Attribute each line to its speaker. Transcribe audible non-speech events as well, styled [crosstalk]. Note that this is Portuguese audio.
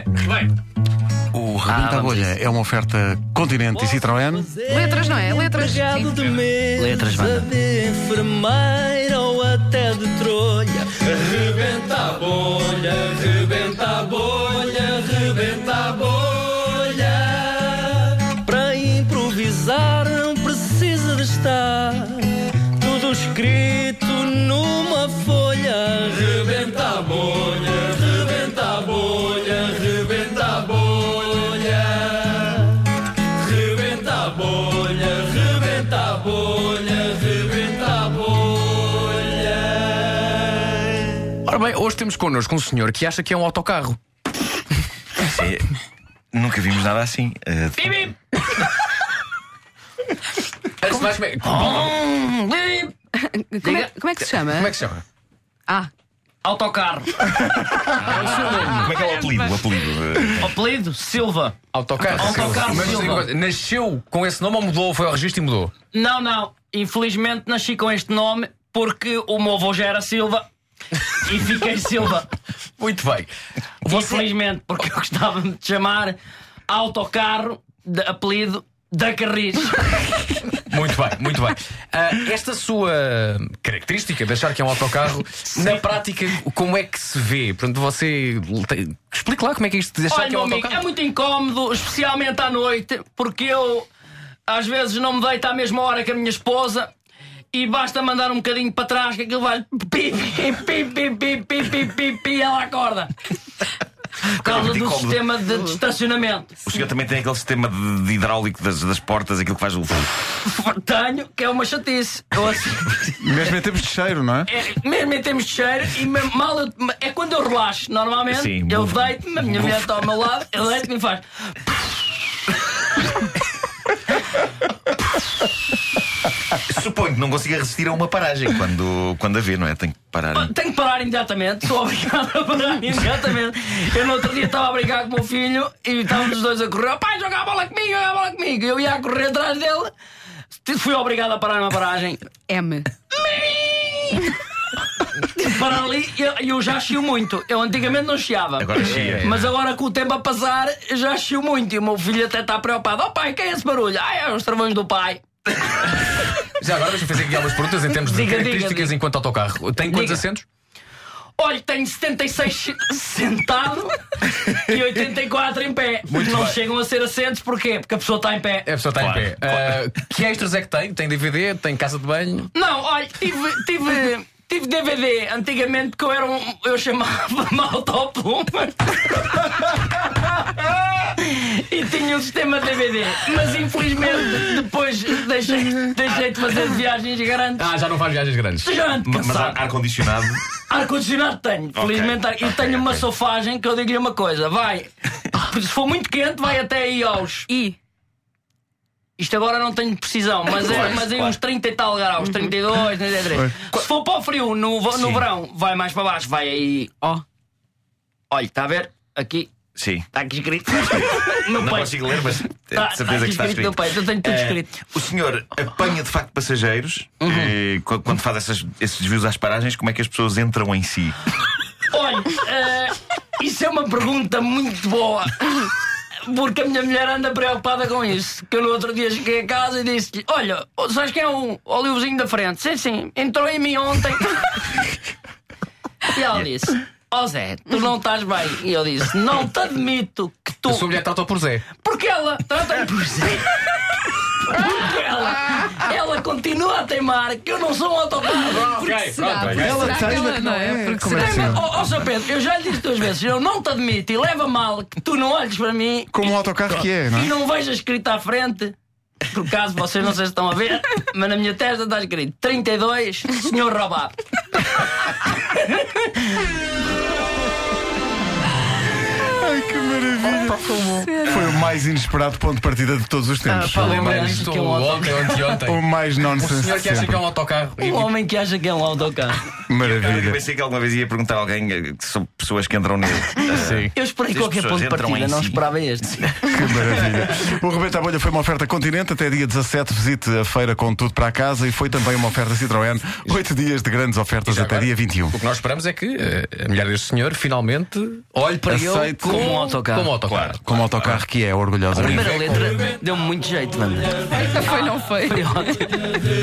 Speaker 1: bem.
Speaker 2: O Rebenta
Speaker 3: Ah, vamos a
Speaker 2: Bolha é uma oferta Continente e Citroën.
Speaker 4: Letras, não é? Letras.
Speaker 5: Empregado de mesas,
Speaker 3: Letras, banda.
Speaker 5: de enfermeira ou até de trolha.
Speaker 1: Rebenta a bolha, rebenta a bolha, rebenta a bolha.
Speaker 5: Para improvisar não precisa de estar tudo escrito numa folha.
Speaker 1: Rebenta a bolha, rebenta a bolha, rebenta a bolha. Rebenta a bolha, rebenta a bolha, rebenta a bolha.
Speaker 6: Ora bem, hoje temos connosco um senhor que acha que é um autocarro.
Speaker 7: É, nunca vimos nada assim. Eh, de-
Speaker 6: Antes de mais, como é,
Speaker 4: Como é, como é que se chama?
Speaker 6: como é que se chama?
Speaker 4: Ah,
Speaker 3: Autocarro.
Speaker 7: como é que é o apelido? O apelido eh,
Speaker 3: Apelido Silva.
Speaker 6: Autocarro.
Speaker 3: Autocarro
Speaker 6: Mas,
Speaker 3: Silva.
Speaker 6: diga-me, nasceu com esse nome ou mudou? Foi ao registro e mudou?
Speaker 3: Não, não. Infelizmente nasci com este nome porque o meu avô já era Silva e fiquei
Speaker 6: [laughs]
Speaker 3: Silva.
Speaker 6: Muito bem.
Speaker 3: Infelizmente, porque eu gostava de chamar autocarro de apelido da
Speaker 6: [laughs]
Speaker 3: Carris.
Speaker 6: Muito bem, muito bem. Ah, esta sua característica de achar que é um autocarro, na prática, como é que se vê? Portanto, você. tem- Explique lá como é que é isto de achar
Speaker 3: Olha,
Speaker 6: que é
Speaker 3: meu
Speaker 6: um
Speaker 3: amigo, é
Speaker 6: autocarro.
Speaker 3: muito incómodo, especialmente à noite, porque eu às vezes não me deito à mesma hora que a minha esposa e basta mandar um bocadinho para trás que aquilo vai [laughs] pi, pi, pi, pi, pi, pi, pi, pi, pi, ela
Speaker 6: [laughs]
Speaker 3: acorda. Por
Speaker 6: É
Speaker 3: causa
Speaker 7: muito
Speaker 3: do
Speaker 7: incómodo.
Speaker 3: sistema de, de estacionamento.
Speaker 7: o senhor também tem aquele sistema de, de hidráulico das, das portas, aquilo que faz o.
Speaker 3: Tenho, que é uma chatice. Eu assim-
Speaker 2: [laughs] Mesmo em termos de cheiro, não é?
Speaker 3: é, mesmo em termos de cheiro, e mesmo mal eu- é quando eu relaxo, normalmente,
Speaker 7: Sim,
Speaker 3: eu
Speaker 7: buf.
Speaker 3: deito-me, a minha mulher está ao meu lado, eu deito-me e faz.
Speaker 7: Suponho que não consiga resistir a uma paragem quando, quando a vê, não é? Tem que parar.
Speaker 3: Ah, Tenho que parar imediatamente, sou obrigado a parar imediatamente. Eu no outro dia estava a brigar com o meu filho e estávamos os dois a correr. Pai, joga a bola comigo, joga a bola comigo. Eu ia a correr atrás dele, fui obrigado a parar numa paragem.
Speaker 4: M.
Speaker 3: Parar ali e eu, eu já chio muito. Eu antigamente não chiava. É.
Speaker 7: Agora chia.
Speaker 3: Mas agora com o tempo a passar, já chio muito. E o meu filho até está preocupado. Oh pai, que é esse barulho? Ah, é os travões do pai.
Speaker 6: Já agora, deixa-me fazer aqui algumas perguntas em termos de [laughs]
Speaker 3: Diga, diga,
Speaker 6: características
Speaker 3: diga.
Speaker 6: enquanto autocarro. Tem quantos
Speaker 3: Diga.
Speaker 6: assentos?
Speaker 3: Olha, tenho 76 [laughs]
Speaker 7: [laughs]
Speaker 3: sentado e 84 em pé. não
Speaker 6: bem.
Speaker 3: chegam a ser assentos, porquê? Porque a pessoa está em
Speaker 7: É
Speaker 3: pé.
Speaker 6: É, A pessoa está
Speaker 7: Claro,
Speaker 6: em pé. Ah, que extras é que tem? Tem DVD? Tem casa de banho?
Speaker 3: Não, olha, tive, tive, tive DVD antigamente que eu era um. Eu [laughs] chamava-me autopluma. [laughs] e tinha um sistema DVD. Mas infelizmente depois deixei, deixei de fazer viagens grandes.
Speaker 6: Ah, já não faz viagens grandes.
Speaker 3: Grande
Speaker 7: Mas
Speaker 3: caçado.
Speaker 7: ar- ar-condicionado.
Speaker 3: Ar-condicionado tenho, felizmente. ar- e
Speaker 7: ok,
Speaker 3: tenho uma
Speaker 7: ok.
Speaker 3: sofagem que eu digo-lhe uma coisa:
Speaker 7: [laughs]
Speaker 3: vai, se for muito quente, vai até aí aos.
Speaker 4: I.
Speaker 3: Isto agora não tenho precisão, mas é, mas é uns 30 e tal graus,
Speaker 7: Uhum.
Speaker 3: 32, 33. Se for para o frio no, vo- no verão, vai mais para baixo, vai aí. Ó. Olha, está a ver? Aqui.
Speaker 7: Sim.
Speaker 3: Está aqui escrito. Meu
Speaker 7: Não
Speaker 3: pai.
Speaker 7: consigo ler, mas
Speaker 3: Tá-
Speaker 7: tenho certeza
Speaker 3: tá
Speaker 7: que
Speaker 3: escrito, meu
Speaker 7: está escrito.
Speaker 3: pai, eu tenho tudo
Speaker 7: Eh,
Speaker 3: escrito. Uhum.
Speaker 7: O senhor apanha de facto passageiros eh, qu- quando faz essas- esses desvios às paragens, como é que as pessoas entram em si?
Speaker 3: Olha, eh, isso é uma pergunta muito boa. Porque a minha mulher anda preocupada com isso. Que eu no outro dia cheguei a casa e disse-lhe: Olha, oh, sabes quem é o olivozinho da frente? Sim, sim, entrou em mim ontem. e ela disse: Ó Zé, tu não estás bem. E eu disse: Não te admito que tu.
Speaker 6: A sua mulher trata por Zé.
Speaker 3: Porque ela tá, trata-me por si. é. Porque ela, ela continua a teimar que eu não sou um autocarro. Porque
Speaker 4: Será?
Speaker 6: bem.
Speaker 4: Será
Speaker 2: Ela
Speaker 4: que
Speaker 2: tem,
Speaker 4: ela
Speaker 2: mas
Speaker 4: não
Speaker 2: não
Speaker 4: é?
Speaker 2: é.
Speaker 4: Porque
Speaker 2: Como é
Speaker 4: será?
Speaker 2: que
Speaker 3: Ó oh, Sr. Pedro, eu já lhe disse duas vezes, eu não te admito e leva mal que tu não olhes para mim
Speaker 2: Como um autocarro que é, não
Speaker 3: e
Speaker 2: é?
Speaker 3: não vejas escrito à frente. Por caso vocês não sei se estão a ver, mas na minha testa está escrito 32, senhor roubado.
Speaker 7: [laughs]
Speaker 4: um
Speaker 2: Ai, que maravilha! Foi uma mais inesperado ponto de partida de todos os tempos.
Speaker 3: Ah, pá.
Speaker 6: Lembra
Speaker 3: Acho
Speaker 6: disto
Speaker 3: que é um auto-
Speaker 6: ontem, ontem,
Speaker 2: [laughs] o
Speaker 6: ontem.
Speaker 2: mais
Speaker 6: O
Speaker 2: nonsense.
Speaker 6: senhor que acha que
Speaker 2: sempre.
Speaker 6: é um autocarro. E-
Speaker 3: Um homem que acha que é um autocarro.
Speaker 7: Eu
Speaker 2: Maravilha.
Speaker 7: pensei que alguma vez ia perguntar a alguém eh, sobre pessoas que entram nele.
Speaker 3: [laughs]
Speaker 6: Sim.
Speaker 3: Eu esperei
Speaker 7: As
Speaker 3: qualquer
Speaker 7: pessoas
Speaker 3: ponto de
Speaker 7: entram
Speaker 3: partida,
Speaker 7: em
Speaker 3: não
Speaker 7: si.
Speaker 3: esperava este.
Speaker 2: Que maravilha. O Rebenta a Bolha foi uma oferta continente até dia 17. Visite a feira com tudo para casa e foi também uma oferta Citroën. Oito dias de grandes ofertas
Speaker 6: Já
Speaker 2: até
Speaker 6: agora,
Speaker 2: dia 21.
Speaker 6: O que nós esperamos é que eh, a mulher deste senhor finalmente olhe para ele
Speaker 2: Aceite.
Speaker 6: como,
Speaker 3: Como um autocarro.
Speaker 6: Como um autocarro.
Speaker 2: Como o autocarro que é, orgulhosa.
Speaker 3: A primeira letra deu-me muito jeito, mano.
Speaker 4: Foi, não foi?
Speaker 3: Foi ótimo.